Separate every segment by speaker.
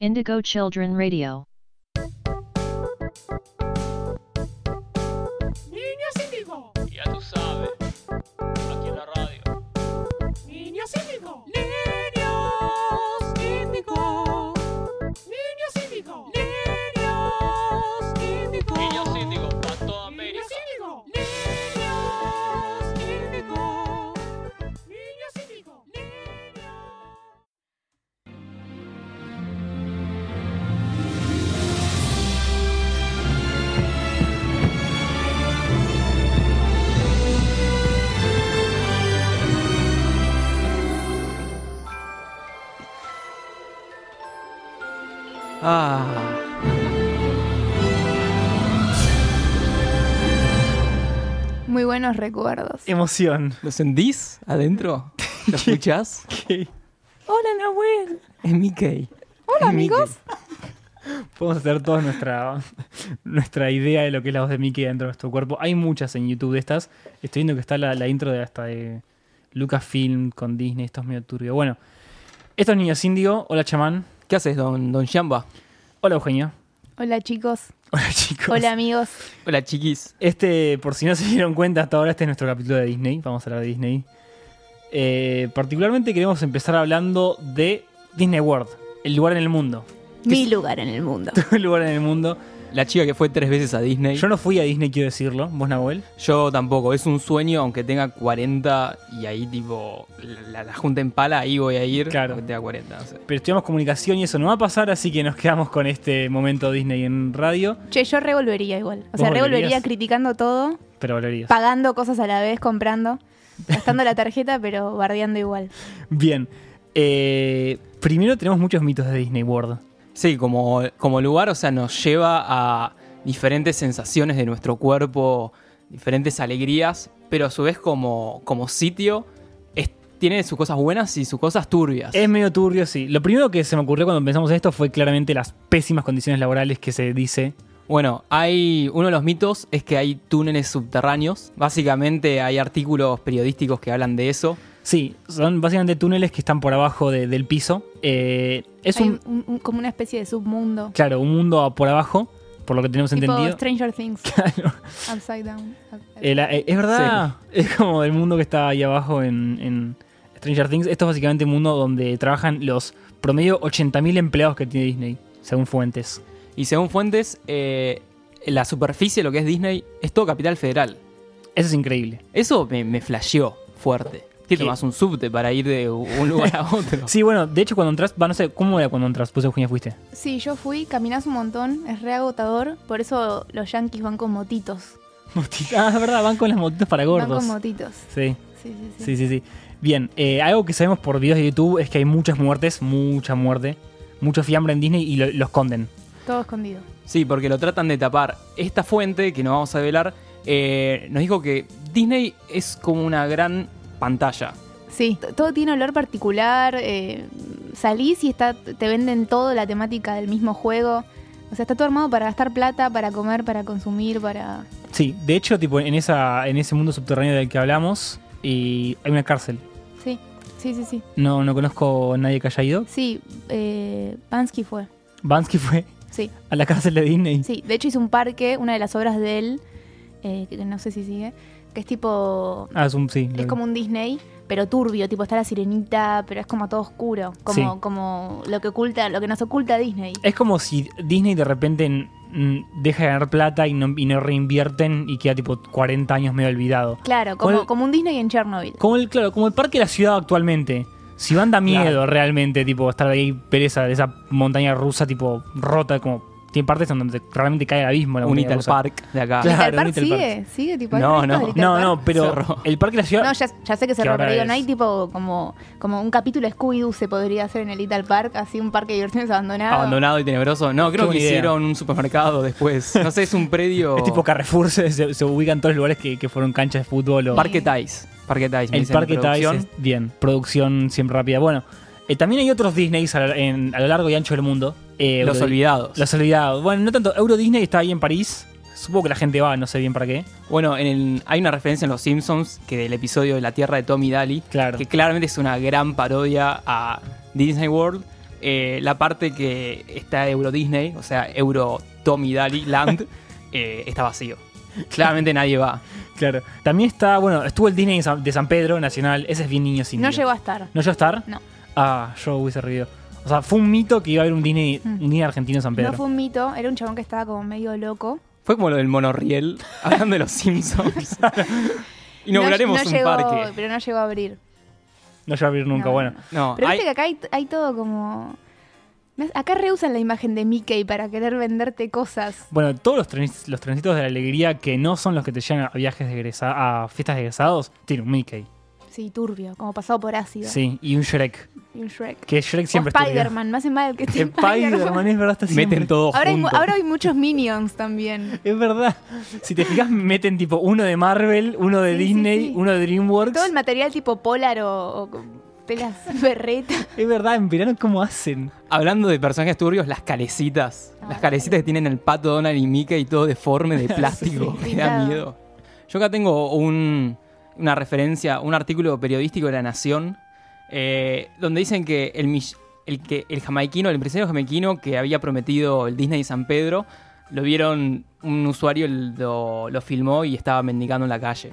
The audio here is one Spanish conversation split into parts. Speaker 1: Indigo Children Radio.
Speaker 2: Niños índigo,
Speaker 3: Ya tú sabes, aquí en la radio.
Speaker 2: niños índigo, niños índigo, niños índigo, niños índigo,
Speaker 3: Niños Índigo, para toda América.
Speaker 2: niños índigo, niños índigo, niños índigo, niños.
Speaker 4: Ah.
Speaker 5: Muy buenos recuerdos.
Speaker 4: Emoción.
Speaker 6: ¿Lo sentís adentro? ¿Lo escuchás?
Speaker 5: Hola, Nahuel.
Speaker 6: Es Mickey.
Speaker 5: Hola, amigos.
Speaker 4: Podemos hacer toda nuestra, nuestra idea de lo que es la voz de Mickey dentro de nuestro cuerpo. Hay muchas en YouTube de estas. Estoy viendo que está la, la intro de hasta de Lucasfilm con Disney. Esto es medio turbio. Bueno, estos niños indio. Hola, chamán.
Speaker 6: ¿Qué haces, don, don Shamba?
Speaker 4: Hola, Eugenia.
Speaker 5: Hola, chicos.
Speaker 4: Hola, chicos.
Speaker 5: Hola, amigos.
Speaker 6: Hola, chiquis.
Speaker 4: Este, por si no se dieron cuenta hasta ahora, este es nuestro capítulo de Disney. Vamos a hablar de Disney. Eh, particularmente queremos empezar hablando de Disney World, el lugar en el mundo.
Speaker 5: Mi lugar en el mundo.
Speaker 4: El lugar en el mundo.
Speaker 6: La chica que fue tres veces a Disney.
Speaker 4: Yo
Speaker 6: Yo,
Speaker 4: no fui a Disney, quiero decirlo. ¿Vos, Nahuel?
Speaker 6: tampoco. Es un sueño, aunque tenga 40 y ahí, tipo, la, la junta en pala, ahí voy a ir.
Speaker 4: Claro.
Speaker 6: Aunque tenga 40. no sé.
Speaker 4: Pero estudiamos comunicación y eso no va a pasar, así que nos quedamos con este momento Disney en radio.
Speaker 5: Che, yo revolvería igual. O
Speaker 4: ¿Vos
Speaker 5: sea,
Speaker 4: volverías?
Speaker 5: revolvería criticando todo,
Speaker 4: Pero valorías.
Speaker 5: pagando cosas a la vez, comprando, gastando la tarjeta, pero bardeando igual.
Speaker 4: Bien. Eh, primero tenemos muchos mitos de Disney World.
Speaker 6: Sí, como, como lugar, o sea, nos lleva a diferentes sensaciones de nuestro cuerpo, diferentes alegrías, pero a su vez, como, como sitio, es- tiene sus cosas buenas y sus cosas turbias.
Speaker 4: Es medio turbio, sí. Lo primero que se me ocurrió cuando pensamos en esto fue claramente las pésimas condiciones laborales que se dice.
Speaker 6: Bueno, hay uno de los mitos es que hay túneles subterráneos. Básicamente hay artículos periodísticos que hablan de eso.
Speaker 4: Sí, son básicamente túneles que están por abajo de- del piso. Eh, es
Speaker 5: Hay
Speaker 4: un,
Speaker 5: un- un- como una especie de submundo.
Speaker 4: claro, un mundo por abajo, por lo que tenemos
Speaker 5: Tipo
Speaker 4: entendido.
Speaker 5: Stranger Things,
Speaker 4: Claro.
Speaker 5: Upside Down. up-
Speaker 4: Eh, la- eh, es verdad, es como el mundo que está ahí abajo en, en Stranger Things. Esto es básicamente un mundo donde trabajan los promedio 80.000 empleados que tiene Disney, según fuentes.
Speaker 6: Y según fuentes, eh, la superficie, lo que es Disney, es todo capital federal.
Speaker 4: Eso es increíble.
Speaker 6: Eso me, me flasheó fuerte. ¿Qué
Speaker 4: ¿Qué?
Speaker 6: tomas un subte para ir de un lugar a otro?
Speaker 4: Sí, bueno, de hecho cuando entras, va, no sé, ¿cómo era cuando entras? Pues Eugenia fuiste.
Speaker 5: Sí, yo fui, caminás un montón, es re agotador, por eso los yankees van con motitos.
Speaker 4: Ah, es verdad, van con las motitas para
Speaker 5: Van
Speaker 4: gordos.
Speaker 5: con motitos.
Speaker 4: Sí,
Speaker 5: Sí, sí, sí.
Speaker 4: sí, sí, sí. Bien, eh, algo que sabemos por videos de YouTube es que hay muchas muertes, mucha muerte, mucho fiambre en Disney y lo, lo esconden.
Speaker 5: Todo escondido.
Speaker 6: Sí, porque lo tratan de tapar. Esta fuente, que no vamos a velar, eh, nos dijo que Disney es como una gran pantalla.
Speaker 5: Sí, t- todo tiene olor particular. eh, salís y está, te venden todo la temática del mismo juego. O sea, está todo armado para gastar plata, para comer, para consumir, para.
Speaker 4: Sí, de hecho, tipo, en, esa, en ese mundo subterráneo del que hablamos, y hay una cárcel.
Speaker 5: Sí, sí, sí, sí.
Speaker 4: No, no conozco a nadie que haya ido.
Speaker 5: Sí, eh, Bansky fue.
Speaker 4: Bansky fue
Speaker 5: Sí,
Speaker 4: a la cárcel de Disney.
Speaker 5: sí. De hecho, hizo un parque, una de las obras de él, eh, que no sé si sigue, que es tipo.
Speaker 4: Ah, es un, sí.
Speaker 5: Es
Speaker 4: lo-
Speaker 5: como un Disney, pero turbio, tipo está la sirenita, pero es como todo oscuro. Como,
Speaker 4: Sí.
Speaker 5: como lo que oculta, lo que nos oculta Disney.
Speaker 4: es como si Disney de repente mm, deja de ganar plata y no, y no reinvierten y queda tipo 40 años medio olvidado.
Speaker 5: Claro, como,
Speaker 4: ¿Cuál-
Speaker 5: como un Disney en Chernobyl.
Speaker 4: Como el, claro, como el parque de la ciudad actualmente. Si van da miedo
Speaker 6: Claro.
Speaker 4: realmente, tipo, estar ahí pereza de esa montaña rusa, tipo, rota, como. Tiene partes en donde realmente cae el abismo. La
Speaker 6: Un
Speaker 4: montaña
Speaker 6: Little
Speaker 4: rusa.
Speaker 6: Park de acá.
Speaker 4: Claro,
Speaker 5: Little Park
Speaker 4: Little Park.
Speaker 5: sigue, sigue tipo hay
Speaker 6: No,
Speaker 5: restos
Speaker 6: no.
Speaker 5: de Little
Speaker 4: No,
Speaker 5: Park.
Speaker 4: no, pero
Speaker 6: Cerró.
Speaker 4: el parque de la ciudad.
Speaker 5: No, ya, ya sé que se
Speaker 4: ¿Qué hora
Speaker 5: rompió,
Speaker 4: es?
Speaker 5: no hay tipo como, como un capítulo Scooby-Doo se podría hacer en el Little Park, así un parque de diversiones abandonado.
Speaker 6: Abandonado y tenebroso. No, creo
Speaker 4: Qué
Speaker 6: que
Speaker 4: buena idea.
Speaker 6: hicieron un supermercado después. No sé, es un predio.
Speaker 4: Es tipo Carrefour, se, se- se ubican todos los lugares que, que fueron canchas de fútbol o
Speaker 6: Parque Tais. Parque Tais. me
Speaker 4: el
Speaker 6: dicen
Speaker 4: Parque
Speaker 6: en
Speaker 4: Tice.
Speaker 6: producción.
Speaker 4: es- Bien, producción siempre rápida. Bueno, eh, también hay otros Disneys a, la- en- a lo largo y ancho del mundo. Eh,
Speaker 6: Los
Speaker 4: Euro-
Speaker 6: Olvidados.
Speaker 4: Los olvidados. Bueno, no tanto. Euro Disney está ahí en París. Supongo que la gente va, no sé bien para qué.
Speaker 6: Bueno, en el- hay una referencia en Los Simpsons que del episodio de La Tierra de Tommy Daly.
Speaker 4: Claro.
Speaker 6: Que claramente es una gran parodia a Disney World. eh, la parte que está Euro Disney, o sea, Euro Tommy Daly Land, eh, está vacío. Claramente nadie va.
Speaker 4: Claro. También está, bueno, estuvo el Disney de San- de San Pedro Nacional. Ese es bien niño sin
Speaker 5: No
Speaker 4: Dios.
Speaker 5: llegó a estar.
Speaker 4: ¿No llegó a estar?
Speaker 5: No.
Speaker 4: Ah, yo hubiese reído. O sea, fue un mito que iba a haber un Disney,
Speaker 5: Mm.
Speaker 4: un Disney argentino en San Pedro.
Speaker 5: No fue un mito, era un chabón que estaba como medio loco.
Speaker 6: Fue como lo del monorriel, hablando de los Simpsons. Inauguraremos
Speaker 5: no, no
Speaker 6: un
Speaker 5: llegó,
Speaker 6: parque.
Speaker 5: Pero no llegó a abrir.
Speaker 4: No llegó a abrir nunca,
Speaker 5: No,
Speaker 4: bueno.
Speaker 5: no, no.
Speaker 6: No,
Speaker 5: Pero
Speaker 6: hay-
Speaker 5: viste que acá hay, hay todo como... ¿Ves? Acá reusan la imagen de Mickey para querer venderte cosas.
Speaker 4: Bueno, todos los, trenes- los trencitos de la alegría que no son los que te llevan a viajes de egresa- a fiestas de egresados, tiene un Mickey.
Speaker 5: Sí, turbio, como pasado por ácido.
Speaker 4: Sí, y un Shrek.
Speaker 5: Y un Shrek.
Speaker 4: Que Shrek siempre
Speaker 5: o
Speaker 4: está
Speaker 5: Spider-Man, me hace mal que esté
Speaker 4: Spider-Man, es verdad, está siempre.
Speaker 6: meten todo
Speaker 5: Ahora hay, mu-
Speaker 6: junto.
Speaker 5: ahora hay muchos Minions también.
Speaker 4: Es verdad. Si te fijas, meten tipo uno de Marvel, uno de
Speaker 5: Sí, sí,
Speaker 4: Disney,
Speaker 5: sí.
Speaker 4: uno de DreamWorks.
Speaker 5: Todo el material tipo Polar o, o con telas berreta.
Speaker 4: Es verdad, en verano, ¿cómo hacen?
Speaker 6: Hablando de personajes turbios, las calecitas. Las calecitas que tienen el pato Donald y Mickey y todo deforme de plástico. que da
Speaker 5: Pintado.
Speaker 6: miedo. Yo acá tengo un- una referencia, un artículo periodístico de La Nación, eh, donde dicen que el, mill- el que el jamaiquino, el empresario jamaiquino que había prometido el Disney de San Pedro, lo vieron, un usuario lo, lo filmó y estaba mendigando en la calle.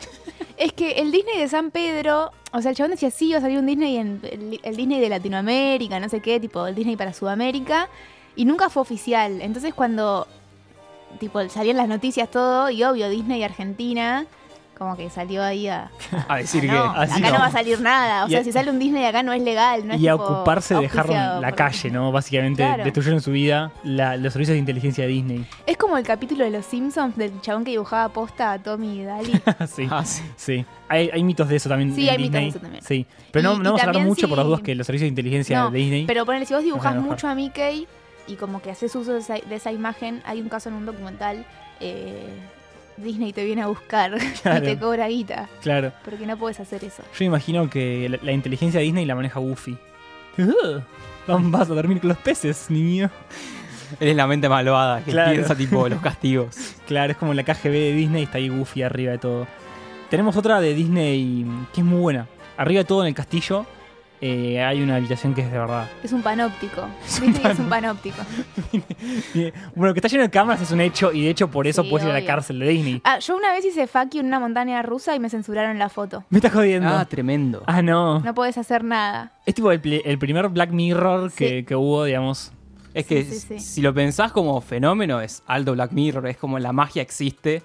Speaker 5: Es que el Disney de San Pedro, o sea, el chabón decía, sí, iba a salir un Disney, en, el, el Disney de Latinoamérica, no sé qué, tipo, el Disney para Sudamérica, y nunca fue oficial. Entonces cuando, tipo, salían las noticias todo, y obvio, Disney Argentina, como que salió ahí a...
Speaker 6: A decir
Speaker 5: "Ah, no,
Speaker 6: que...
Speaker 4: así
Speaker 5: acá no.
Speaker 4: no".
Speaker 5: va a salir nada, o
Speaker 4: Y
Speaker 5: sea,
Speaker 4: a-
Speaker 5: si sale un Disney acá no es legal, no es
Speaker 4: y a
Speaker 5: tipo
Speaker 4: ocuparse de
Speaker 5: auspiciado
Speaker 4: dejaron la
Speaker 5: por-
Speaker 4: calle, ¿no? Básicamente
Speaker 5: Claro.
Speaker 4: destruyeron su vida la- los servicios de inteligencia de Disney.
Speaker 5: Es como el capítulo de Los Simpsons del chabón que dibujaba posta a Tommy y Dali.
Speaker 4: sí,
Speaker 6: Ah, sí.
Speaker 4: sí. Hay, hay mitos de eso también.
Speaker 5: Sí,
Speaker 4: en
Speaker 5: hay mitos de
Speaker 4: Disney.
Speaker 5: eso también.
Speaker 4: Sí. Pero no,
Speaker 5: Y-
Speaker 4: no
Speaker 5: y
Speaker 4: vamos a hablar
Speaker 5: también
Speaker 4: mucho por las
Speaker 5: sí.
Speaker 4: dudas que los servicios de inteligencia
Speaker 5: No,
Speaker 4: de Disney.
Speaker 5: Pero ponele, si vos dibujás
Speaker 4: Ajá, ajá.
Speaker 5: mucho a Mickey y como que haces uso de esa, de esa imagen, hay un caso en un documental, eh, Disney te viene a buscar
Speaker 4: Claro.
Speaker 5: y te cobra guita,
Speaker 4: Claro.
Speaker 5: porque no puedes hacer eso.
Speaker 4: Yo imagino que la, la inteligencia de Disney la maneja Goofy. Ugh, Vas a dormir con los peces, niño.
Speaker 6: Eres la mente malvada que
Speaker 4: Claro.
Speaker 6: piensa tipo los castigos.
Speaker 4: Claro, es como la KGB de Disney, está ahí Goofy arriba de todo. Tenemos otra de Disney que es muy buena. Arriba de todo en el castillo eh, hay una habitación que es de verdad.
Speaker 5: Es un panóptico. Disney es un panóptico.
Speaker 4: Bien. Bueno, que está lleno de cámaras es un hecho y de hecho por eso
Speaker 5: Sí,
Speaker 4: puedes ir a la
Speaker 5: obvio.
Speaker 4: cárcel de Disney.
Speaker 5: Ah, yo una vez hice faki en una montaña rusa y me censuraron la foto.
Speaker 4: Me estás jodiendo.
Speaker 6: Ah,
Speaker 4: Ah,
Speaker 6: tremendo.
Speaker 4: no.
Speaker 5: No podés hacer nada.
Speaker 4: Es tipo el, pli- el primer Black Mirror que,
Speaker 5: Sí.
Speaker 4: que hubo, digamos.
Speaker 6: Es
Speaker 5: Sí,
Speaker 6: que
Speaker 5: sí, sí.
Speaker 6: si lo pensás como fenómeno, es alto Black Mirror, es como la magia existe.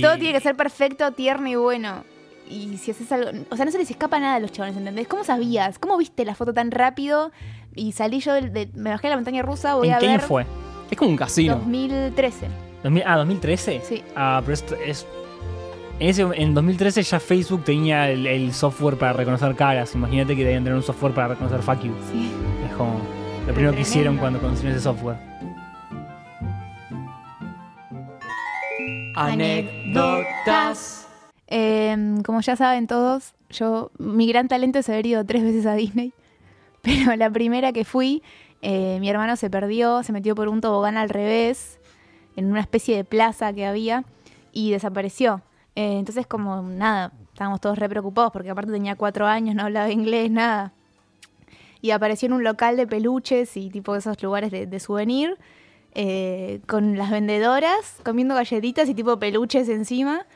Speaker 5: Todo tiene que ser perfecto, tierno y bueno. Y si haces algo. O sea, no se les escapa nada a los chavales, ¿entendés? ¿Cómo sabías? ¿Cómo viste la foto tan rápido? Y salí yo del- de- me bajé de la montaña rusa, voy
Speaker 4: ¿En
Speaker 5: a
Speaker 4: qué año
Speaker 5: ver.
Speaker 4: fue?
Speaker 6: Es como un casino.
Speaker 5: 2013.
Speaker 4: 2000 ah, 2013.
Speaker 5: Sí.
Speaker 4: Ah, pero esto es. En, ese- en 2013 ya Facebook tenía el, el software para reconocer caras. Imagínate que debían tener un software para reconocer fuck you.
Speaker 5: Sí.
Speaker 4: Es como lo primero que hicieron
Speaker 5: Tremendo.
Speaker 4: cuando construyeron ese software.
Speaker 5: Anécdotas. Eh, como ya saben todos, yo mi gran talento es haber ido tres veces a Disney. Pero la primera que fui, eh, mi hermano se perdió, se metió por un tobogán al revés, en una especie de plaza que había, y desapareció. Eh, entonces, como nada, estábamos todos re preocupados, porque aparte tenía cuatro años, no hablaba inglés, nada. Y apareció en un local de peluches y tipo esos lugares de, de souvenir, eh, con las vendedoras, comiendo galletitas y tipo peluches encima.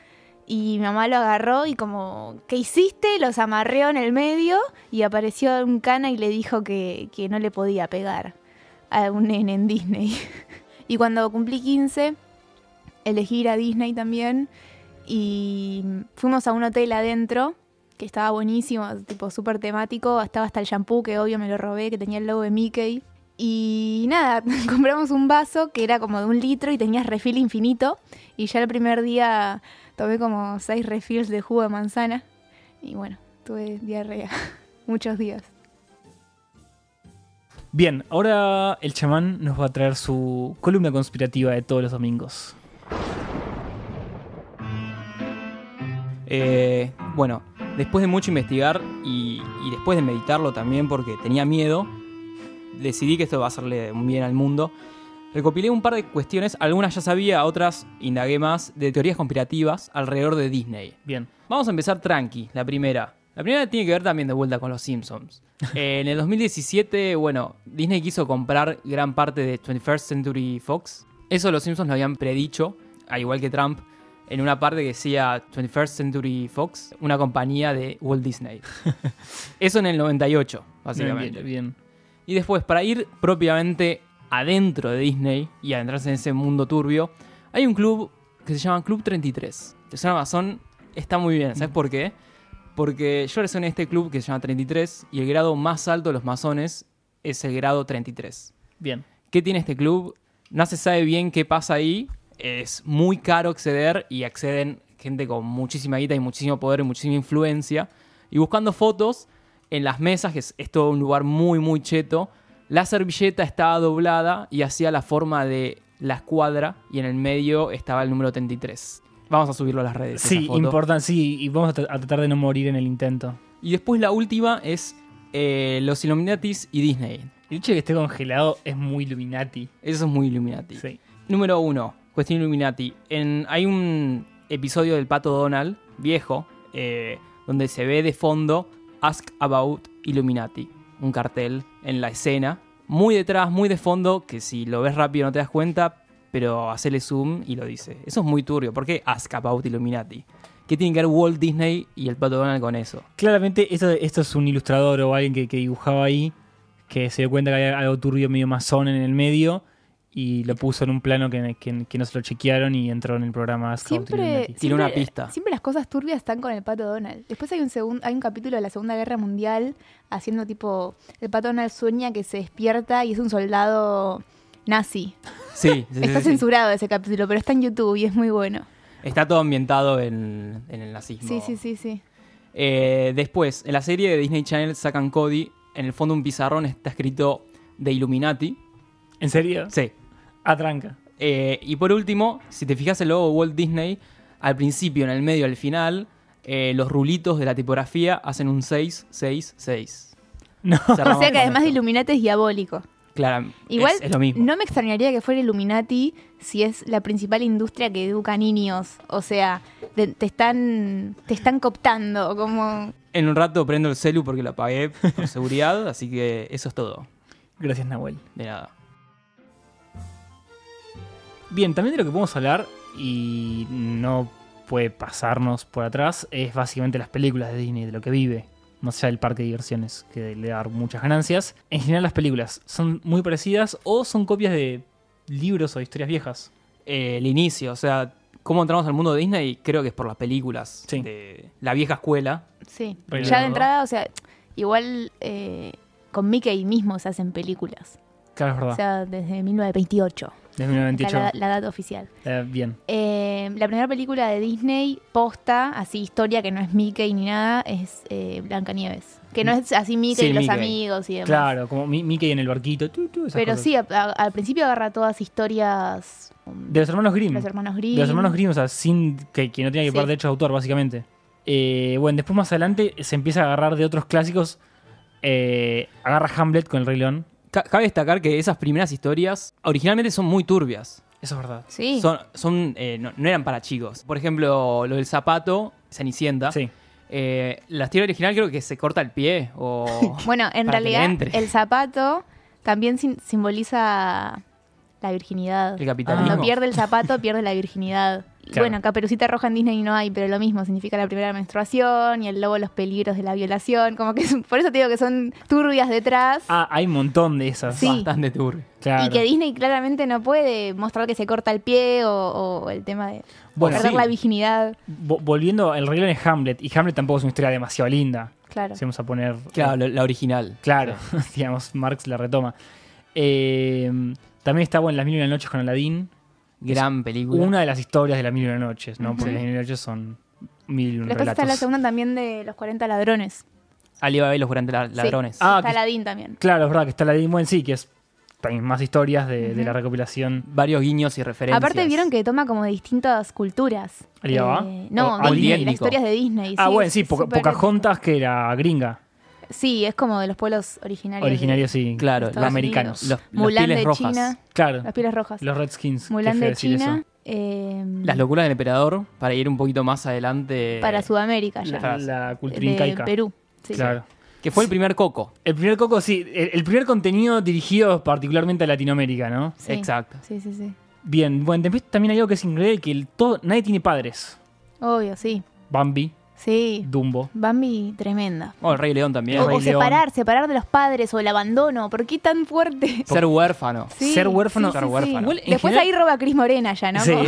Speaker 5: Y mi mamá lo agarró y como, ¿qué hiciste? Los amarreó en el medio y apareció un cana y le dijo que, que no le podía pegar a un nene en Disney. Y cuando cumplí 15, elegí ir a Disney también y fuimos a un hotel adentro que estaba buenísimo, tipo súper temático, estaba hasta el shampoo que obvio me lo robé, que tenía el logo de Mickey. Y nada, compramos un vaso que era como de un litro y tenías refil infinito. Y ya el primer día tomé como seis refills de jugo de manzana. Y bueno, tuve diarrea muchos días.
Speaker 4: Bien, ahora el chamán nos va a traer su columna conspirativa de todos los domingos.
Speaker 6: Eh, bueno, después de mucho investigar y, y después de meditarlo también porque tenía miedo, decidí que esto va a hacerle un bien al mundo. Recopilé un par de cuestiones, algunas ya sabía, otras indagué más, de teorías conspirativas alrededor de Disney.
Speaker 4: Bien.
Speaker 6: Vamos a empezar tranqui, la primera. La primera tiene que ver también de vuelta con los Simpsons. Eh, en el 2017, bueno, Disney quiso comprar gran parte de 21st Century Fox. Eso los Simpsons lo habían predicho, al igual que Trump, en una parte que decía 21st Century Fox, una compañía de Walt Disney. Eso en el 98, básicamente.
Speaker 4: Bien, bien.
Speaker 6: Y después, para ir propiamente adentro de Disney y adentrarse en ese mundo turbio, hay un club que se llama Club 33. Que suena razón, está muy bien. ¿Sabes por qué? Porque yo resoné este club que se llama 33 y el grado más alto de los masones es el grado 33.
Speaker 4: Bien.
Speaker 6: ¿Qué tiene este club? No se sabe bien qué pasa ahí. Es muy caro acceder y acceden gente con muchísima guita y muchísimo poder y muchísima influencia. Y buscando fotos en las mesas, que es, es todo un lugar muy, muy cheto, la servilleta estaba doblada y hacía la forma de la escuadra y en el medio estaba el número 33. Vamos a subirlo a las redes. esa
Speaker 4: Sí,
Speaker 6: foto.
Speaker 4: importante, sí, y vamos a, tra- a tratar de no morir en el intento.
Speaker 6: Y después la última es eh, los Illuminatis y Disney.
Speaker 4: El hecho de que esté congelado es muy Illuminati.
Speaker 6: Eso es muy Illuminati.
Speaker 4: Sí.
Speaker 6: Número uno, cuestión Illuminati. En, hay un episodio del Pato Donald, viejo, eh, donde se ve de fondo Ask About Illuminati, un cartel en la escena, muy detrás, muy de fondo, que si lo ves rápido no te das cuenta, pero hacele zoom y lo dice. Eso es muy turbio. ¿Por qué Ask About Illuminati? ¿Qué tiene que ver Walt Disney y el Pato Donald con eso?
Speaker 4: Claramente, esto, esto es un ilustrador o alguien que, que dibujaba ahí, que se dio cuenta que había algo turbio medio masón en el medio y lo puso en un plano que, que- que no se lo chequearon y entró en el programa Ask About
Speaker 5: Siempre,
Speaker 4: Illuminati.
Speaker 6: Tiene una
Speaker 5: siempre-
Speaker 6: pista.
Speaker 5: Siempre las cosas turbias están con el pato Donald. Después hay un segun- hay un capítulo de la Segunda Guerra Mundial haciendo tipo el pato Donald sueña que se despierta y es un soldado nazi.
Speaker 6: Sí, sí, sí,
Speaker 5: Está
Speaker 6: sí.
Speaker 5: censurado ese capítulo, pero está en YouTube y es muy bueno.
Speaker 6: Está todo ambientado en, en el nazismo.
Speaker 5: Sí, sí, sí, sí.
Speaker 6: Eh, después, en la serie de Disney Channel sacan Cody. En el fondo de un pizarrón está escrito The Illuminati.
Speaker 4: ¿En serio?
Speaker 6: Sí.
Speaker 4: Atranca.
Speaker 6: Eh, y por último, si te fijas el logo de Walt Disney, al principio, en el medio, al final, eh, los rulitos de la tipografía hacen un 666.
Speaker 4: No.
Speaker 5: O sea que además de Illuminati es diabólico.
Speaker 6: Claro,
Speaker 5: Igual
Speaker 6: es, es lo mismo.
Speaker 5: no me extrañaría que fuera Illuminati si es la principal industria que educa niños. O sea, te, te están te están cooptando como
Speaker 6: En un rato prendo el celu porque lo apagué por seguridad, así que eso es todo.
Speaker 4: Gracias, Nahuel.
Speaker 6: De nada.
Speaker 4: Bien, también de lo que podemos hablar y no puede pasarnos por atrás es básicamente las películas de Disney, de lo que vive, más allá del parque de diversiones que le da muchas ganancias. En general las películas son muy parecidas o son copias de libros o historias viejas.
Speaker 6: eh, el inicio, o sea, cómo entramos al mundo de Disney, creo que es por las películas
Speaker 4: Sí.
Speaker 6: de la vieja escuela.
Speaker 5: Sí,
Speaker 4: Pero-
Speaker 5: ya de entrada, o sea, igual eh, con Mickey mismo se hacen películas.
Speaker 4: Claro, es verdad.
Speaker 5: O sea, desde 1928,
Speaker 4: de
Speaker 5: está
Speaker 4: 1998.
Speaker 5: la, la data oficial.
Speaker 4: Eh, bien.
Speaker 5: Eh, la primera película de Disney posta, así historia que no es Mickey ni nada, es eh, Blancanieves. Que no es así Mickey
Speaker 6: Sí,
Speaker 5: y los
Speaker 6: Mickey.
Speaker 5: amigos y demás.
Speaker 4: Claro, como Mi- Mickey en el barquito. tu, tu, esas
Speaker 5: Pero
Speaker 4: cosas.
Speaker 5: sí, a- a- al principio agarra todas historias um,
Speaker 4: De los hermanos Grimm.
Speaker 5: de los hermanos
Speaker 4: De
Speaker 5: Grimm.
Speaker 4: Mm. los hermanos Grimm, o sea, sin, que, que no tenía que
Speaker 5: Sí.
Speaker 4: pagar derechos de autor, básicamente. Eh, bueno, después más adelante se empieza a agarrar de otros clásicos. Eh, agarra Hamlet con el Rey León.
Speaker 6: Ca- cabe destacar que esas primeras historias originalmente son muy turbias.
Speaker 4: Eso es verdad.
Speaker 5: Sí,
Speaker 6: Son, son, eh, no, no eran para chicos. Por ejemplo, lo del zapato, Cenicienta.
Speaker 4: Sí.
Speaker 6: Eh, la historia original creo que se corta el pie o...
Speaker 5: bueno, en
Speaker 6: para que le
Speaker 5: realidad
Speaker 6: entre.
Speaker 5: el zapato también sin- simboliza la virginidad.
Speaker 6: el
Speaker 5: Cuando
Speaker 6: capitalismo.
Speaker 5: pierde el zapato, pierde la virginidad. Y
Speaker 4: Claro.
Speaker 5: Bueno, Caperucita Roja en Disney no hay, pero lo mismo. Significa la primera menstruación y el lobo los peligros de la violación. Como que es- por eso te digo que son turbias detrás.
Speaker 4: Ah, hay un montón de esas.
Speaker 5: Sí.
Speaker 6: Bastante turbio.
Speaker 4: Claro.
Speaker 5: Y que Disney claramente no puede mostrar que se corta el pie o, o el tema de
Speaker 4: Bueno,
Speaker 5: perder
Speaker 4: sí.
Speaker 5: la virginidad.
Speaker 4: Vo- Volviendo, el Rey León es Hamlet. Y Hamlet tampoco es una historia demasiado linda.
Speaker 5: Claro.
Speaker 4: Si vamos a poner.
Speaker 6: Claro, la, la original.
Speaker 4: Claro, digamos, Marx la retoma. Eh, también está, bueno, Las Mil y Una Noches con Aladdin.
Speaker 6: Gran película.
Speaker 4: Una de las historias de Las Mil y Una Noches, ¿no? Porque Las Mil y Una Noches son mil y un
Speaker 5: Pero Después está la
Speaker 4: relatos.
Speaker 5: segunda también de los 40 ladrones.
Speaker 6: Alibaba y los grandes la- ladrones.
Speaker 5: Sí.
Speaker 4: Ah,
Speaker 5: está
Speaker 4: que-
Speaker 5: Aladdin también.
Speaker 4: Claro, es verdad que está la de Buen sí, que es también más historias de, de la recopilación.
Speaker 6: Varios guiños y referencias.
Speaker 5: Aparte vieron que toma como de distintas culturas. Eh,
Speaker 4: ¿Alibaba?
Speaker 5: no,
Speaker 4: O- o
Speaker 5: Disney,
Speaker 6: Alien.
Speaker 5: las historias de Disney.
Speaker 4: ah, bueno, sí,
Speaker 5: es
Speaker 4: Poca-
Speaker 5: súper-
Speaker 4: Pocahontas, que era gringa,
Speaker 5: Sí, es como de los pueblos originarios. de-
Speaker 4: originaria, sí.
Speaker 6: Claro,
Speaker 5: Estados
Speaker 6: los-
Speaker 4: americanos.
Speaker 6: Los, las
Speaker 5: Mulan
Speaker 6: pieles
Speaker 5: de
Speaker 6: rojas.
Speaker 5: China,
Speaker 4: Claro,
Speaker 5: las pieles rojas.
Speaker 4: los Redskins. qué
Speaker 5: Mulan
Speaker 4: feo
Speaker 5: de
Speaker 4: decir
Speaker 5: China,
Speaker 4: eso.
Speaker 5: eh,
Speaker 6: Las locuras del emperador, para ir un poquito más adelante.
Speaker 5: para Sudamérica ya.
Speaker 4: La, la cultura
Speaker 5: de
Speaker 4: incaica.
Speaker 5: Perú. sí.
Speaker 4: Claro.
Speaker 6: Que fue el primer coco.
Speaker 4: El primer coco, sí. El, el primer contenido dirigido particularmente a Latinoamérica, ¿no?
Speaker 5: Sí.
Speaker 6: Exacto.
Speaker 5: Sí, sí, sí.
Speaker 4: Bien, bueno, después también hay algo que es increíble, que el todo, nadie tiene padres.
Speaker 5: Obvio, sí.
Speaker 4: Bambi,
Speaker 5: Sí.
Speaker 4: Dumbo.
Speaker 5: Bambi tremenda.
Speaker 6: Bueno, Oh, el Rey León también.
Speaker 5: O,
Speaker 4: Rey
Speaker 5: o
Speaker 4: León.
Speaker 5: separar, separar de los padres o el abandono. ¿Por qué tan fuerte?
Speaker 6: Ser huérfano.
Speaker 5: Sí,
Speaker 4: Ser huérfano.
Speaker 6: Ser huérfano.
Speaker 4: Igual, en
Speaker 5: Después
Speaker 4: general-
Speaker 5: ahí roba a Cris Morena ya, ¿no?
Speaker 4: Sí.
Speaker 5: Como-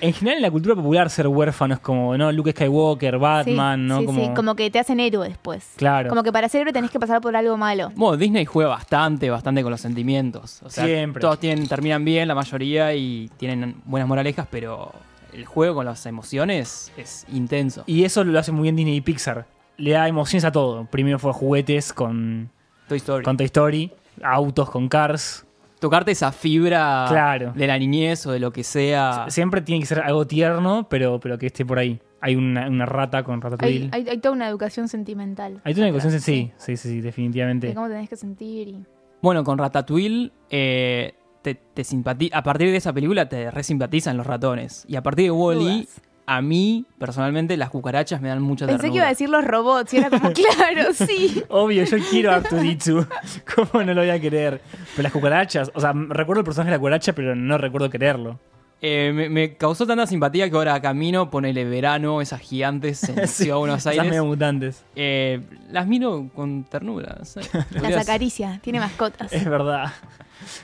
Speaker 4: en general en la cultura popular ser huérfano es como, ¿no? Luke Skywalker, Batman,
Speaker 5: sí,
Speaker 4: ¿no?
Speaker 5: sí, sí,
Speaker 4: como,
Speaker 5: como que te hacen héroe después.
Speaker 4: Claro.
Speaker 5: Como que para ser héroe tenés que pasar por algo malo.
Speaker 6: Bueno, Disney juega bastante, bastante con los sentimientos. O sea,
Speaker 4: Siempre.
Speaker 6: todos tienen, terminan bien, la mayoría, y tienen buenas moralejas, pero el juego con las emociones es intenso.
Speaker 4: Y eso lo hace muy bien Disney y Pixar. Le da emociones a todo. Primero fue juguetes con,
Speaker 6: Toy Story.
Speaker 4: con Toy Story, autos con Cars.
Speaker 6: Tocarte esa fibra
Speaker 4: Claro.
Speaker 6: de la niñez o de lo que sea.
Speaker 4: Siempre tiene que ser algo tierno, pero, pero que esté por ahí. Hay una, una rata con
Speaker 5: Hay,
Speaker 4: Ratatouille. Hay,
Speaker 5: hay- hay toda una educación sentimental.
Speaker 4: toda una
Speaker 5: atrás,
Speaker 4: cuestión, sí, sí, sí, sí, definitivamente.
Speaker 5: De cómo tenés que sentir. y-
Speaker 6: Bueno, con Ratatouille, eh, te, te simpati- a partir de esa película te resimpatizan los ratones. Y a partir de Wally,
Speaker 5: Dudas.
Speaker 6: a mí, personalmente, las cucarachas me dan mucha
Speaker 5: Pensé que
Speaker 6: ternura.
Speaker 5: iba a decir los robots y era como, claro, sí.
Speaker 4: Obvio, yo quiero a Artudichu. ¿Cómo no lo voy a querer? Pero las cucarachas, o sea, recuerdo el personaje de la cucaracha, pero no recuerdo quererlo.
Speaker 6: Eh, me, me causó tanta simpatía que ahora camino, ponele verano, esas gigantes en Ciudad de Buenos
Speaker 4: Esas medio
Speaker 6: Aires.
Speaker 4: mutantes.
Speaker 6: eh, las miro con ternura. no sé.
Speaker 5: Las
Speaker 6: Curioso.
Speaker 5: acaricia, tiene mascotas.
Speaker 4: Es verdad.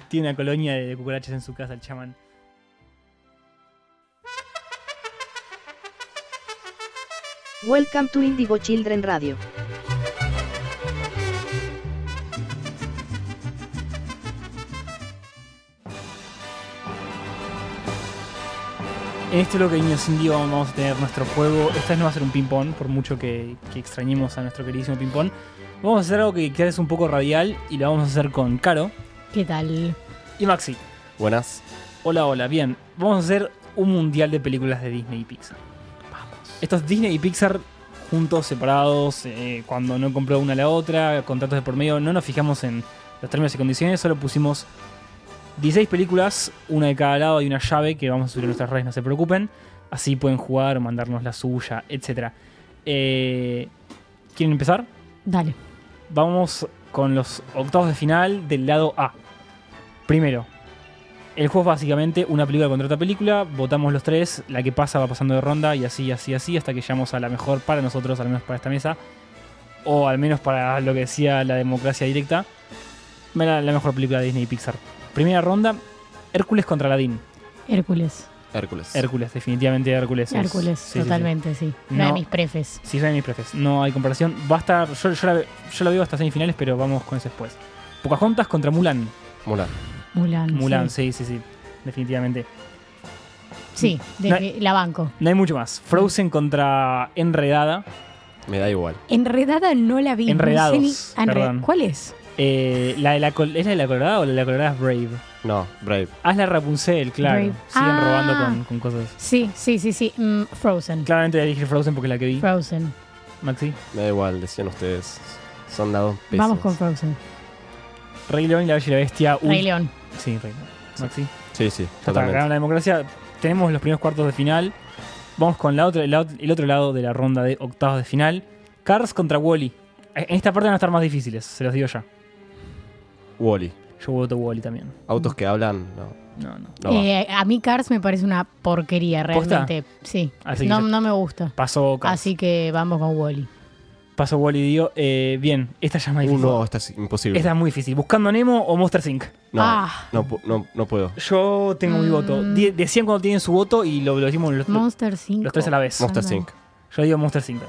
Speaker 4: Tiene una colonia de cucarachas en su casa, el chamán.
Speaker 1: Welcome to Indigo Children Radio.
Speaker 4: En este bloque de Niños Indio vamos a tener nuestro juego. Esta vez no va a ser un ping-pong, por mucho que, que extrañemos a nuestro queridísimo ping-pong. Vamos a hacer algo que quizás es un poco radial y lo vamos a hacer con Caro
Speaker 7: ¿Qué tal?
Speaker 4: y Maxi.
Speaker 8: Buenas.
Speaker 4: Hola, hola, bien. Vamos a hacer un mundial de películas de Disney y Pixar. Estos Disney y Pixar juntos, separados, eh, cuando no compró una a la otra, contratos de por medio, no nos fijamos en los términos y condiciones, solo pusimos 16 películas, una de cada lado y una llave que vamos a subir en nuestras redes, no se preocupen. Así pueden jugar, mandarnos la suya, etc. Eh, ¿Quieren empezar?
Speaker 7: Dale.
Speaker 4: Vamos con los octavos de final del lado A. Primero, el juego es básicamente una película contra otra película. Votamos los tres, la que pasa va pasando de ronda y así, así, así, hasta que llegamos a la mejor para nosotros, al menos para esta mesa. O al menos para lo que decía la democracia directa. La, la mejor película de Disney y Pixar. Primera ronda, Hércules contra Aladdin.
Speaker 7: Hércules.
Speaker 8: Hércules.
Speaker 4: Hércules, definitivamente Hércules. es-
Speaker 7: Hércules,
Speaker 4: sí, sí, sí.
Speaker 7: totalmente, sí. Una
Speaker 4: No.
Speaker 7: de mis prefes.
Speaker 4: Sí, son mis prefes. No hay comparación. Va a estar. Yo, yo la, ve- yo la veo hasta semifinales, pero vamos con eso después. Pocahontas contra Mulan.
Speaker 8: Mulan.
Speaker 7: Mulan.
Speaker 4: Mulan, sí, sí, sí. Definitivamente.
Speaker 7: Sí, sí, de
Speaker 4: No-
Speaker 7: que la banco.
Speaker 4: No hay mucho más. Frozen
Speaker 7: Mm.
Speaker 4: contra Enredada.
Speaker 8: Me da igual.
Speaker 7: Enredada no la vi. no sé
Speaker 4: Enredados,
Speaker 7: ni- Ah, enre-
Speaker 4: perdón.
Speaker 7: ¿Cuál es?
Speaker 4: Eh, la de la col- ¿Es la de la colorada o la de la colorada es Brave?
Speaker 8: No, Brave.
Speaker 4: Haz la Rapunzel, claro.
Speaker 7: Brave.
Speaker 4: Siguen
Speaker 7: Ah.
Speaker 4: robando con, con cosas.
Speaker 7: Sí, sí, sí, sí. mm, Frozen.
Speaker 4: Claramente voy a elegir Frozen porque es la que vi.
Speaker 7: Frozen.
Speaker 4: Maxi.
Speaker 8: Me da igual, decían ustedes. Son las dos pésimas.
Speaker 7: Vamos con Frozen.
Speaker 4: Rey León y la Bella y la Bestia. Ul-
Speaker 7: Rey León.
Speaker 4: Sí, Rey León. Maxi.
Speaker 8: Sí, sí,
Speaker 4: Ya está,
Speaker 8: totalmente.
Speaker 4: ganaron la democracia. Tenemos los primeros cuartos de final. Vamos con la otra, la ot- el otro lado de la ronda de octavos de final. Cars contra Wally. En esta parte van a estar más difíciles, se los digo ya.
Speaker 8: Wally.
Speaker 4: Yo voto Wally también.
Speaker 8: Autos que hablan, no.
Speaker 4: No, no.
Speaker 8: no va.
Speaker 7: Eh, a mí Cars me parece una porquería,
Speaker 4: oh. ¿Posta?
Speaker 7: realmente. Sí.
Speaker 4: Así que
Speaker 7: no,
Speaker 4: ya-
Speaker 7: no me gusta.
Speaker 4: Pasó Cars.
Speaker 7: Así que vamos con Wally.
Speaker 4: Pasó Wally Dio. Eh, bien, esta ya es más
Speaker 8: Uh,
Speaker 4: difícil.
Speaker 8: no, esta es imposible.
Speaker 4: Esta es muy difícil. ¿Buscando a Nemo o Monster Inc?
Speaker 8: No,
Speaker 7: Ah.
Speaker 8: no, pu- no, no puedo.
Speaker 4: Yo tengo mi
Speaker 7: Mm.
Speaker 4: voto. Die- decían cuando tienen su voto y lo, lo decimos los,
Speaker 7: Monster 5.
Speaker 4: los tres a la vez.
Speaker 7: Monster
Speaker 8: Monster
Speaker 7: Anda. Inc.
Speaker 8: Inc.
Speaker 4: Yo digo Monster Inc.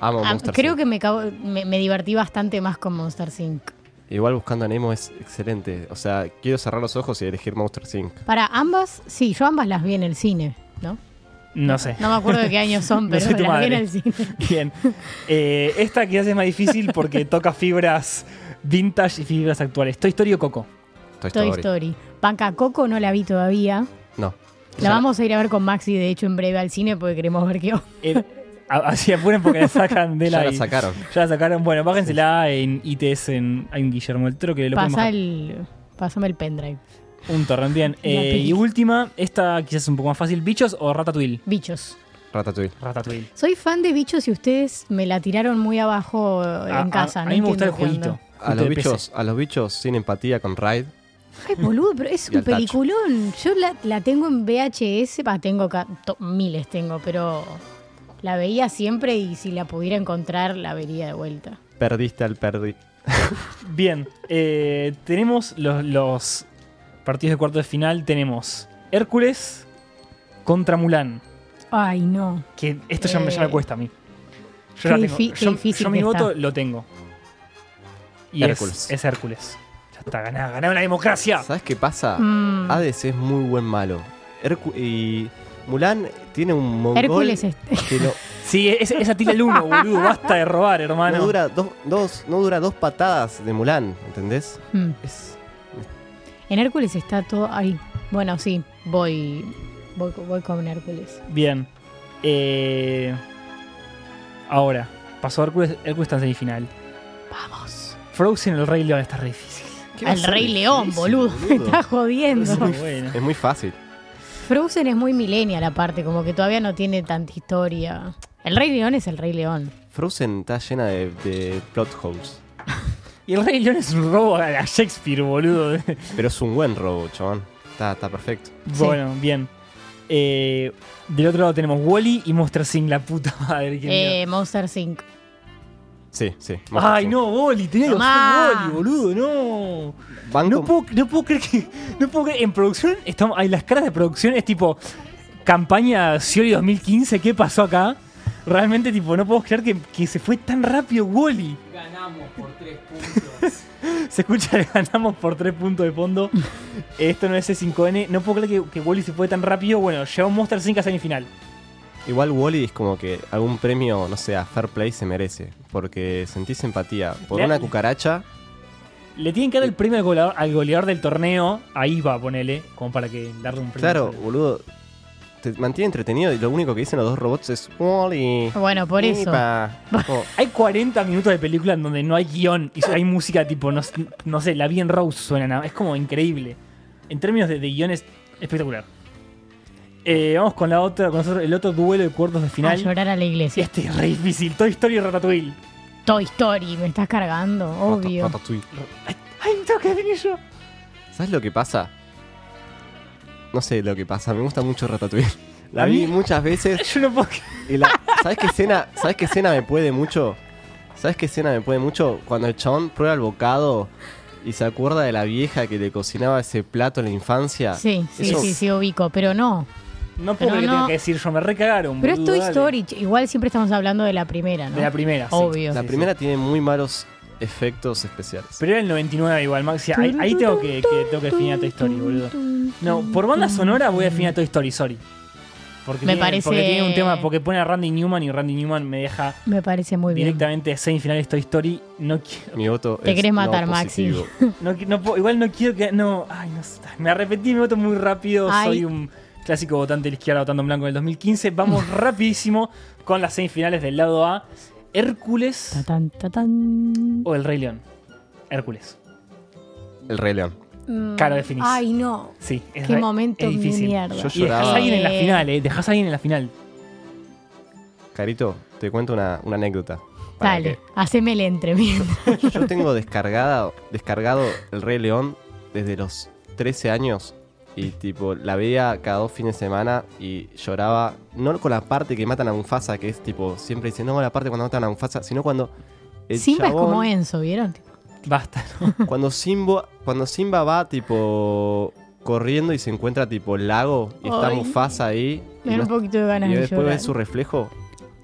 Speaker 8: Amo
Speaker 7: Ah,
Speaker 8: Monster
Speaker 7: creo
Speaker 8: Inc.
Speaker 7: que me, cago- me, me divertí bastante más con Monster Inc.
Speaker 8: Igual buscando a Nemo es excelente. O sea, quiero cerrar los ojos y elegir Monster Inc.
Speaker 7: Para ambas, sí, yo ambas las vi en el cine, ¿no?
Speaker 4: No sé.
Speaker 7: No me acuerdo de qué años son,
Speaker 4: No
Speaker 7: pero
Speaker 4: soy tu
Speaker 7: las vi en
Speaker 4: madre.
Speaker 7: el cine.
Speaker 4: Bien. Eh, esta quizás es más difícil porque toca fibras vintage y fibras actuales. Toy Story o Coco.
Speaker 8: Toy Story.
Speaker 7: Toy Story. Panca Coco no la vi todavía.
Speaker 8: No.
Speaker 7: La vamos a ir a ver con Maxi, de hecho, en breve al cine porque queremos ver qué onda.
Speaker 4: Eh, a- así apuren porque la sacan de
Speaker 8: Ya
Speaker 4: la.
Speaker 8: la sacaron.
Speaker 4: Ya la sacaron. Bueno, bájensela en ITS. En, hay un Guillermo el Toro que lo pueden
Speaker 7: Pasa
Speaker 4: bajar.
Speaker 7: el, pásame el pendrive.
Speaker 4: Un torrent bien. Eh,
Speaker 7: peli.
Speaker 4: y última, esta quizás es un poco más fácil. ¿Bichos o Ratatouille?
Speaker 7: Bichos.
Speaker 8: Ratatouille.
Speaker 4: Ratatouille.
Speaker 7: Soy fan de bichos y ustedes me la tiraron muy abajo eh,
Speaker 4: A-
Speaker 7: en
Speaker 4: a-
Speaker 7: casa.
Speaker 4: A,
Speaker 7: no
Speaker 4: mí me gusta el
Speaker 7: entiendo qué
Speaker 4: jueguito.
Speaker 7: onda.
Speaker 8: A
Speaker 4: Jueguito
Speaker 8: los,
Speaker 4: de PC.
Speaker 8: bichos, a los bichos sin empatía con Raid.
Speaker 7: Ay, boludo, pero es
Speaker 8: Y
Speaker 7: un
Speaker 8: al tacho.
Speaker 7: peliculón. Yo la, la tengo en VHS, bah, tengo ca- to- miles tengo, pero la veía siempre y si la pudiera encontrar la vería de vuelta.
Speaker 8: Perdiste al perdi.
Speaker 4: Bien, eh, tenemos los, los partidos de cuarto de final. Tenemos Hércules contra Mulan.
Speaker 7: Ay, no.
Speaker 4: Que esto ya, me, ya me
Speaker 7: Eh,
Speaker 4: cuesta a mí.
Speaker 7: qué
Speaker 4: Yo la tengo.
Speaker 7: difí- qué
Speaker 4: yo,
Speaker 7: difícil
Speaker 4: yo mi
Speaker 7: que
Speaker 4: voto
Speaker 7: está.
Speaker 4: lo tengo. Y es-
Speaker 8: Hércules.
Speaker 4: Es, Hércules. Ya está, ganada, ganada la democracia.
Speaker 8: ¿Sabes qué pasa?
Speaker 7: Mm.
Speaker 8: Ah, Hades es muy buen malo. Hércu- y Mulan tiene un mongol
Speaker 7: Hércules es-
Speaker 8: que no,
Speaker 4: Sí, es, es Atila el uno, boludo. Basta de robar,
Speaker 8: no
Speaker 4: hermano.
Speaker 8: dura dos, dos- no dura dos patadas de Mulan, ¿entendés?
Speaker 7: Mm.
Speaker 8: Es,
Speaker 7: En Hércules está todo. Ay, bueno, sí, voy, voy, voy con Hércules.
Speaker 4: Bien. Eh, ahora, pasó Hércules. Hércules está en semifinal. Vamos. Frozen, el Rey León, está re difícil.
Speaker 8: ¿qué va a
Speaker 7: Al
Speaker 8: ser
Speaker 7: Rey
Speaker 8: difícil,
Speaker 7: León, boludo. Me está jodiendo.
Speaker 4: Es muy bueno.
Speaker 8: Es muy fácil.
Speaker 7: Frozen es muy millennial aparte, como que todavía no tiene tanta historia. El Rey León es el Rey León.
Speaker 8: Frozen está llena de, de plot holes.
Speaker 4: Y el Rey León es un robo a la Shakespeare, boludo.
Speaker 8: Pero es un buen robo, chabón. Está, está perfecto.
Speaker 4: Bueno, bien. Eh, del otro lado tenemos Wally y Monster Sing, la puta madre. qué miedo.
Speaker 7: Eh, Monster Inc.
Speaker 8: Sí, sí. Monster
Speaker 4: Ay,
Speaker 8: Inc.
Speaker 4: no, Wally, tenés que
Speaker 7: Tomá.
Speaker 4: hacer Wally, boludo, no.
Speaker 8: Banco-
Speaker 4: No puedo, no puedo creer que. No puedo creer. En producción, estamos, hay las caras de producción, es tipo. Campaña Scioli 2015, ¿qué pasó acá? Realmente, tipo, no puedo creer que, que se fue tan rápido Wally.
Speaker 6: Ganamos por tres puntos.
Speaker 4: Se escucha, le ganamos por tres puntos de fondo. Esto no es C5N. No puedo creer que, que Wally se fue tan rápido. Bueno, lleva un Monster 5 a semifinal.
Speaker 8: Igual Wally es como que algún premio, no sé, a Fair Play se merece. Porque sentís empatía por
Speaker 4: Le-
Speaker 8: una cucaracha.
Speaker 4: Le tienen que dar el premio al goleador, al goleador del torneo a Iva, ponele, como para que darle un premio.
Speaker 8: Claro, boludo. Te mantiene entretenido y lo único que dicen los dos robots es Wally.
Speaker 7: Bueno, por eso.
Speaker 8: Ipa". Como,
Speaker 4: Hay 40 minutos de película en donde no hay guión y hay música tipo, no, s- no sé, la bien Rose suena nada. Es como increíble. En términos de, de guión es espectacular. Eh, vamos con la otra, con nosotros, el otro duelo de cuartos de
Speaker 7: A
Speaker 4: final.
Speaker 7: llorar a la
Speaker 4: Y
Speaker 7: iglesia.
Speaker 4: este es re difícil. Toy Story y Ratatouille.
Speaker 7: Toy Story, me estás cargando, obvio.
Speaker 8: Ratatouille.
Speaker 4: Ay, me tengo que venir yo.
Speaker 8: ¿Sabes lo que pasa? No sé lo que pasa, me gusta mucho Ratatouille. La
Speaker 4: ¿A
Speaker 8: vi
Speaker 4: mí?
Speaker 8: muchas veces
Speaker 4: Yo no puedo. creer.
Speaker 8: Y la- ¿Sabes qué escena? ¿Sabes qué escena me puede mucho? ¿Sabes qué escena me puede mucho? Cuando el chabón prueba el bocado y se acuerda de la vieja que le cocinaba ese plato en la infancia.
Speaker 7: Sí, sí,
Speaker 8: Eso-
Speaker 7: sí, sí, ubico, pero no.
Speaker 4: No puedo
Speaker 7: Pero
Speaker 4: creer que
Speaker 7: no.
Speaker 4: tenga que decir yo. Me recagaron.
Speaker 7: Pero es
Speaker 4: boludo,
Speaker 7: Toy
Speaker 4: dale.
Speaker 7: Story, ch- igual siempre estamos hablando de la primera, ¿no?
Speaker 4: De la primera. sí.
Speaker 7: Obvio.
Speaker 8: La primera tiene muy malos efectos especiales.
Speaker 4: Pero era el 99 igual, Maxi. Ahí, ahí tengo, que, que- tengo que definir a Toy Story, boludo. No, por banda sonora voy a definir a Toy Story, sorry. Porque,
Speaker 7: Me
Speaker 4: tiene,
Speaker 7: parece-
Speaker 4: porque tiene un tema, porque pone a Randy Newman y Randy Newman me deja
Speaker 7: Me parece muy bien.
Speaker 4: directamente a semifinales Toy Story. No quiero,
Speaker 8: Mi voto
Speaker 7: Te
Speaker 8: es
Speaker 7: querés matar,
Speaker 8: no
Speaker 7: Maxi.
Speaker 8: positivo.
Speaker 4: no qui- no puedo- igual no quiero que. No, ay, no sé, Me arrepentí, me voto muy rápido.
Speaker 7: Ay.
Speaker 4: Soy un clásico votante de la izquierda votando en blanco en el 2015. Vamos rapidísimo con las semifinales del lado A. Hércules
Speaker 7: Tatán, tatán.
Speaker 4: o el Rey León. Hércules.
Speaker 8: El Rey León.
Speaker 7: Mm,
Speaker 4: Caro definís.
Speaker 7: Ay, no.
Speaker 4: Sí, es
Speaker 7: Qué
Speaker 4: re-
Speaker 7: momento
Speaker 4: es
Speaker 7: mi
Speaker 4: difícil.
Speaker 8: Yo
Speaker 7: mierda.
Speaker 4: Y dejás a
Speaker 8: lloraba.
Speaker 4: alguien en la
Speaker 7: Eh.
Speaker 4: final, eh. Dejás a alguien en la final.
Speaker 8: Carito, te cuento una, una anécdota. Para
Speaker 7: Dale, haceme el entre mientras.
Speaker 8: que- Yo tengo descargado, descargado El Rey León desde los 13 años. Y tipo, la veía cada dos fines de semana y lloraba, no con la parte que matan a Mufasa, que es tipo, siempre dicen, no la parte cuando matan a Mufasa, sino cuando el
Speaker 7: Simba es
Speaker 8: chabón-
Speaker 7: como Enzo, ¿vieron? Tipo,
Speaker 4: Basta.
Speaker 8: cuando Simba, cuando Simba va tipo corriendo y se encuentra tipo el lago y está
Speaker 7: Ay.
Speaker 8: Mufasa ahí. y
Speaker 7: Me da
Speaker 8: no-
Speaker 7: un poquito de ganas
Speaker 8: y
Speaker 7: de
Speaker 8: después
Speaker 7: llorar.
Speaker 8: ve su reflejo.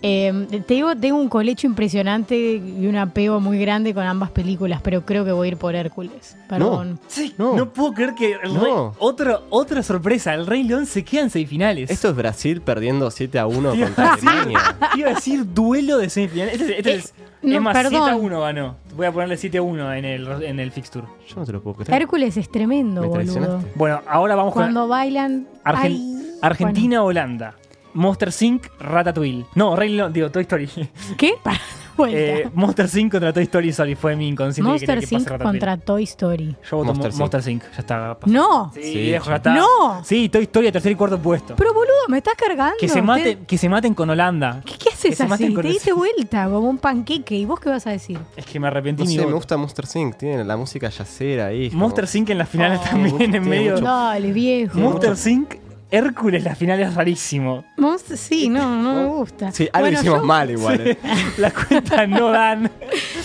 Speaker 7: Eh, te digo, tengo un colecho impresionante y un apego muy grande con ambas películas, pero creo que voy a ir por Hércules. Perdón.
Speaker 4: Sí, no.
Speaker 8: No.
Speaker 4: puedo creer que el
Speaker 8: No.
Speaker 4: Rey- otra- otra sorpresa, el Rey León se queda en semifinales.
Speaker 8: Esto es Brasil perdiendo 7 a 1
Speaker 4: Dios,
Speaker 8: contra Alemania.
Speaker 4: Te iba a decir duelo de semifinales. Este, es- este
Speaker 7: Eh,
Speaker 4: es,
Speaker 7: no,
Speaker 4: es más,
Speaker 7: perdón.
Speaker 4: 7 a 1 ganó. Voy a ponerle 7 a 1 en el, en el fixture.
Speaker 8: Yo no te lo puedo
Speaker 7: Er
Speaker 8: creer.
Speaker 7: Hércules es tremendo,
Speaker 8: Me
Speaker 7: boludo.
Speaker 8: traicionaste.
Speaker 4: Bueno, ahora vamos
Speaker 7: Cuando bailan.
Speaker 4: con Argen-
Speaker 7: ay,
Speaker 4: Argentina-Holanda. Monster Sync, Ratatouille. No, Rey León, digo, Toy Story.
Speaker 7: bueno. ¿Qué? Para- vuelta.
Speaker 4: Eh, Monster 5 contra Toy Story Sorry, fue mi inconsciente que
Speaker 7: Monster
Speaker 4: quería que pasara
Speaker 7: Inc.
Speaker 4: también.
Speaker 7: contra Toy Story.
Speaker 4: Yo voto
Speaker 8: Monster
Speaker 4: Monster,
Speaker 8: Inc.
Speaker 4: Monster Inc. Ya está. pasó.
Speaker 7: ¡No!
Speaker 4: Sí,
Speaker 8: Sí,
Speaker 4: viejo, ya
Speaker 8: ya.
Speaker 4: está.
Speaker 7: ¡No!
Speaker 4: Sí, Toy Story tercer y cuarto puesto.
Speaker 7: Pero boludo, me estás cargando.
Speaker 4: que, se
Speaker 7: Te-
Speaker 4: maten, que se maten con Holanda.
Speaker 7: ¿Qué, qué
Speaker 4: que
Speaker 7: haces
Speaker 4: se maten
Speaker 7: así?
Speaker 4: con
Speaker 7: Te
Speaker 4: el-
Speaker 7: diste vuelta como un panqueque. ¿Y vos qué vas a decir?
Speaker 4: Es que me arrepentí
Speaker 8: No
Speaker 4: mi
Speaker 8: sé, me
Speaker 4: voto.
Speaker 8: gusta Monster Sync. Tiene la música yacera ahí. es como-
Speaker 4: Monster Inc. en las finales
Speaker 7: Oh,
Speaker 4: también,
Speaker 8: tiene
Speaker 4: en medio.
Speaker 8: mucho-
Speaker 7: Dale, viejo.
Speaker 4: Monster Inc. Hércules, las finales es rarísimo.
Speaker 7: Monster- sí, no, no me gusta.
Speaker 8: Sí, algo
Speaker 7: Bueno,
Speaker 8: hicimos
Speaker 7: yo-
Speaker 8: mal igual. eh.
Speaker 4: Las cuentas no dan.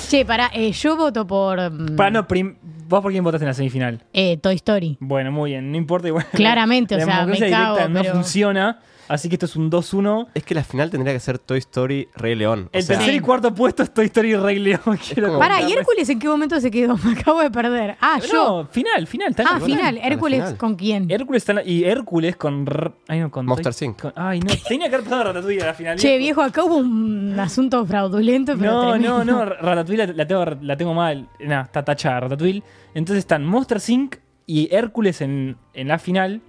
Speaker 7: Che, pará, eh, yo voto por mm,
Speaker 4: Para, no, prim- ¿Vos por quién votaste en la semifinal?
Speaker 7: eh, Toy Story.
Speaker 4: Bueno, muy bien, no importa igual.
Speaker 7: Claramente, o
Speaker 4: La
Speaker 7: sea, me
Speaker 4: democracia directa
Speaker 7: cago,
Speaker 4: no
Speaker 7: pero-
Speaker 4: funciona, así que esto es un 2-1.
Speaker 8: Es que la final tendría que ser Toy Story Rey León. O
Speaker 4: El
Speaker 8: sea,
Speaker 4: tercer y
Speaker 7: Sí.
Speaker 4: cuarto puesto es Toy Story Rey León. Quiero
Speaker 8: como-
Speaker 7: Pará,
Speaker 4: contarles.
Speaker 7: ¿y Hércules en qué momento se quedó? Me acabo de perder. Ah, yo.
Speaker 4: No, final, final. está en
Speaker 7: Ah,
Speaker 4: la-
Speaker 7: final.
Speaker 8: a la
Speaker 7: Hércules,
Speaker 8: final.
Speaker 7: ¿con quién?
Speaker 4: Hércules está en la- y Hércules con. r- Ay, no, con.
Speaker 8: Monster
Speaker 4: Toy-
Speaker 8: Inc.
Speaker 4: con- Ay, no. Tenía que haber pasado Ratatouille a la final.
Speaker 7: Che, viejo, acá hubo un asunto fraudulento, pero
Speaker 4: No,
Speaker 7: tremendo.
Speaker 4: no, no. Ratatouille la, la tengo, la tengo mal. Nada, está tachada Ratatouille. Entonces están Monster Inc. y Hércules en, en la final.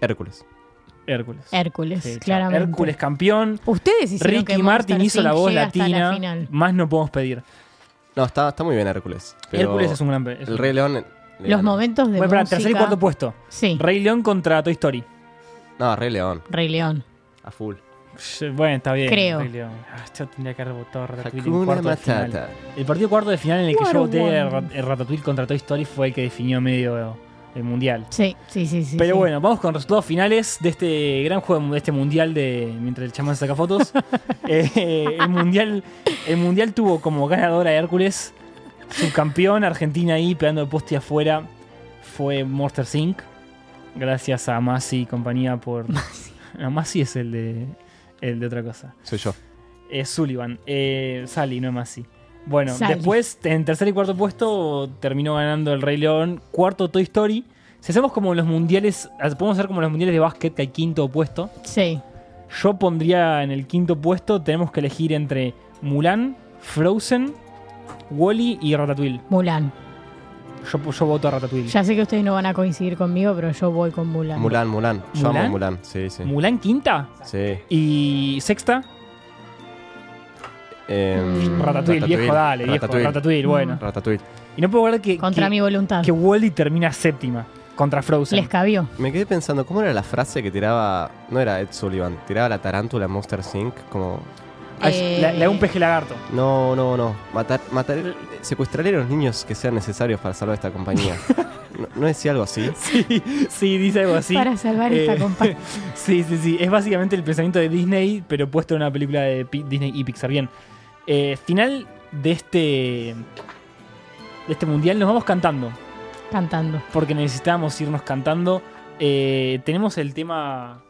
Speaker 8: Hércules.
Speaker 4: Hércules.
Speaker 7: Hércules,
Speaker 4: Sí, chao.
Speaker 7: claramente.
Speaker 4: Hércules campeón.
Speaker 7: Ustedes hicieron
Speaker 4: Ricky
Speaker 7: que Monster
Speaker 4: Martin hizo
Speaker 7: Inc.
Speaker 4: la voz
Speaker 7: llegue hasta
Speaker 4: latina.
Speaker 7: la final.
Speaker 4: más no podemos pedir.
Speaker 8: No, está, está muy bien Hércules. pero
Speaker 4: Hércules es un gran. es un-
Speaker 8: El Rey León. le
Speaker 7: Los
Speaker 8: gana.
Speaker 7: momentos de
Speaker 4: Bueno, pará,
Speaker 7: música.
Speaker 4: tercer y cuarto puesto.
Speaker 7: Sí, Rey,
Speaker 4: Rey León contra Toy Story.
Speaker 8: No, Rey León.
Speaker 7: León.
Speaker 8: A full.
Speaker 4: Sh- Bueno, está bien.
Speaker 7: Creo.
Speaker 4: Rey León. Ah, yo tendría que haber votado Ratatouille en
Speaker 8: Hakuna
Speaker 4: cuarto de final.
Speaker 8: Matata.
Speaker 4: El partido cuarto de final en el que
Speaker 7: What
Speaker 4: yo
Speaker 7: a
Speaker 4: voté
Speaker 7: wonderful.
Speaker 4: Rat- eh, Ratatouille contra Toy Story fue el que definió medio el mundial.
Speaker 7: Sí, sí, sí, sí.
Speaker 4: Pero
Speaker 7: sí.
Speaker 4: bueno, vamos con resultados finales de este gran juego, de este mundial de. Mientras el chamán saca fotos. Eh, el, mundial, el mundial tuvo como ganadora a Hércules, subcampeón, Argentina ahí pegando el poste afuera. Fue Monster Inc. Gracias a Masi y compañía por. No, Masi es el de. el de otra cosa.
Speaker 8: Soy yo.
Speaker 4: Eh, Sullivan. Eh, Sally, no Masi. Bueno,
Speaker 7: Sally.
Speaker 4: después, en tercer y cuarto puesto, terminó ganando el Rey León. Cuarto, Toy Story. Si hacemos como los mundiales, podemos hacer como los mundiales de básquet, que hay quinto puesto.
Speaker 7: Sí.
Speaker 4: Yo pondría en el quinto puesto, tenemos que elegir entre Mulan, Frozen, Wally y Ratatouille.
Speaker 7: Mulan.
Speaker 4: Yo, yo voto a Ratatouille.
Speaker 7: Ya sé que ustedes no van a coincidir conmigo, pero yo voy con Mulan.
Speaker 8: Mulan, Mulan. Yo amo
Speaker 4: ¿Mulan?
Speaker 8: Mulan. Sí, sí.
Speaker 4: Mulan quinta
Speaker 8: sí.
Speaker 4: y sexta,
Speaker 8: Em,
Speaker 4: Ratatouille, viejo, dale, viejo,
Speaker 8: Ratatouille.
Speaker 4: Ratatouille, bueno.
Speaker 8: Ratatouille.
Speaker 4: Y no puedo creer que,
Speaker 7: Contra mi
Speaker 4: que,
Speaker 7: voluntad.
Speaker 4: que Wally termina séptima contra Frozen.
Speaker 7: Les cabió.
Speaker 8: Me quedé pensando, ¿cómo era la frase que tiraba? No era Ed Sullivan, tiraba la tarántula en Monster Inc. Como,
Speaker 4: Ay,
Speaker 7: Eh,
Speaker 4: le, le da un peje lagarto.
Speaker 8: no, no, no, matar, matar, secuestraré a los niños que sean necesarios para salvar esta compañía. ¿No, no decía algo así?
Speaker 4: Sí, sí, dice algo así.
Speaker 7: Para salvar
Speaker 4: Eh,
Speaker 7: esta compañía.
Speaker 4: Sí, sí, sí. Es básicamente el pensamiento de Disney, pero puesto en una película de Pi- Disney y Pixar. Bien. Eh, final de este. De este mundial nos vamos cantando.
Speaker 7: Cantando.
Speaker 4: Porque necesitamos irnos cantando. Eh, tenemos el tema.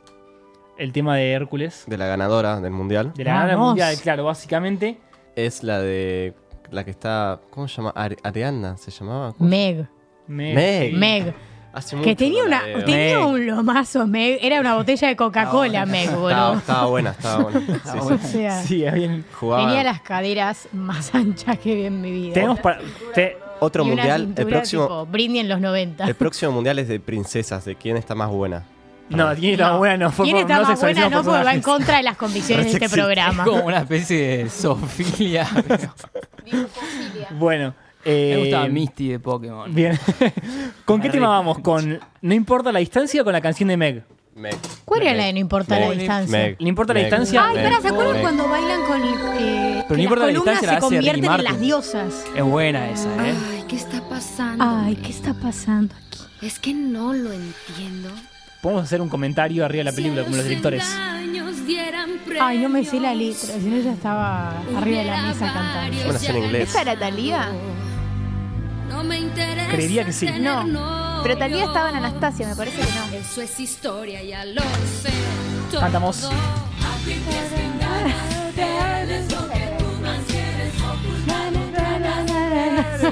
Speaker 4: El tema de Hércules.
Speaker 8: De la ganadora del mundial.
Speaker 4: De la gana del
Speaker 7: Vamos.
Speaker 4: mundial, claro, básicamente.
Speaker 8: Es la de, la que está, ¿cómo se llama? Ari- Ariana, ¿se llamaba?
Speaker 7: Meg.
Speaker 4: Me-
Speaker 8: Meg.
Speaker 7: Meg.
Speaker 8: Hace
Speaker 7: Que
Speaker 8: mucho
Speaker 7: tenía,
Speaker 8: no la
Speaker 7: una,
Speaker 8: veo.
Speaker 7: tenía
Speaker 4: Meg.
Speaker 7: un lomazo, Meg. Era una botella de Coca-Cola, Meg,
Speaker 8: Estaba,
Speaker 7: boludo.
Speaker 8: estaba buena, estaba buena. Sí, sí.
Speaker 7: O sea,
Speaker 4: Sí, bien.
Speaker 8: Jugaba
Speaker 7: tenía las caderas más anchas que vi en mi vida.
Speaker 4: Tenemos para. te-
Speaker 8: otro
Speaker 7: Y una
Speaker 8: mundial, el
Speaker 7: cintura
Speaker 8: próximo,
Speaker 7: tipo Britney en los 90.
Speaker 8: el próximo mundial es de princesas, de quién está más buena.
Speaker 6: Ah.
Speaker 4: no, tiene la
Speaker 7: No.
Speaker 4: buena, no fue
Speaker 7: ¿Quién
Speaker 4: por-
Speaker 7: está
Speaker 4: no
Speaker 7: más buena?
Speaker 4: sexualicemos
Speaker 7: No, porque va en
Speaker 4: personajes.
Speaker 7: contra de las convicciones de este
Speaker 8: Sexy.
Speaker 7: programa.
Speaker 6: Como una especie de zoofilia.
Speaker 4: Bueno. Eh,
Speaker 6: Me gustaba
Speaker 8: Em,
Speaker 6: Misty de Pokémon.
Speaker 4: Bien. ¿Con qué
Speaker 6: Me
Speaker 4: tema
Speaker 6: re-
Speaker 4: vamos? ¿Con No importa la distancia o con la canción de Meg?
Speaker 8: Meg.
Speaker 7: ¿Cuál era
Speaker 8: Meg.
Speaker 7: la de no importa la
Speaker 8: Meg.
Speaker 7: distancia?
Speaker 8: Meg.
Speaker 4: ¿Le importa la
Speaker 8: Meg.
Speaker 4: distancia?
Speaker 7: Ay,
Speaker 8: Meg.
Speaker 7: pará, ¿se acuerdan
Speaker 8: Meg.
Speaker 7: cuando bailan con eh,
Speaker 6: Pero no
Speaker 7: que
Speaker 6: importa la
Speaker 7: las columnas
Speaker 6: distancia, la
Speaker 7: se
Speaker 6: hace Ricky
Speaker 7: convierten en
Speaker 6: Martin.
Speaker 7: las diosas?
Speaker 6: Es buena esa, ¿eh?
Speaker 9: Ay, ¿qué está pasando?
Speaker 7: Ay, ¿qué está pasando aquí?
Speaker 9: Es que no lo entiendo.
Speaker 4: Podemos hacer un comentario arriba de la película como los directores.
Speaker 7: Ay, no me sé la letra, si no ya estaba arriba de la mesa cantando.
Speaker 8: Bueno, es en inglés.
Speaker 5: era Talía?
Speaker 9: No me interesa.
Speaker 4: Creería que sí.
Speaker 9: tener
Speaker 5: No. Pero Talía estaba en Anastasia, me parece que no.
Speaker 9: Eso es historia, ya lo sé. Todo.
Speaker 4: Cantamos.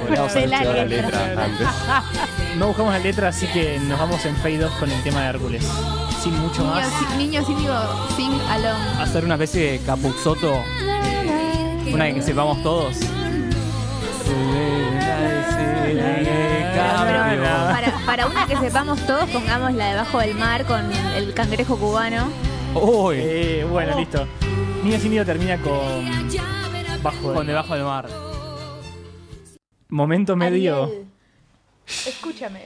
Speaker 8: Podríamos
Speaker 7: sé
Speaker 8: haber
Speaker 7: la
Speaker 8: estudiado la
Speaker 7: letra.
Speaker 8: letra antes.
Speaker 4: No buscamos la letra, así que nos vamos en fade off con el tema de Hércules. Sin mucho más.
Speaker 5: Niños digo sing along.
Speaker 6: Hacer una especie de capuzoto. eh, Una que sepamos todos.
Speaker 4: Eh,
Speaker 5: Para, para una que sepamos todos, pongamos la debajo del mar con el cangrejo cubano.
Speaker 6: Uy,
Speaker 4: Eh, bueno, listo. Niño Sin Nido termina con Bajo
Speaker 6: Con debajo del mar.
Speaker 4: Momento medio.
Speaker 7: Ariel, Escúchame.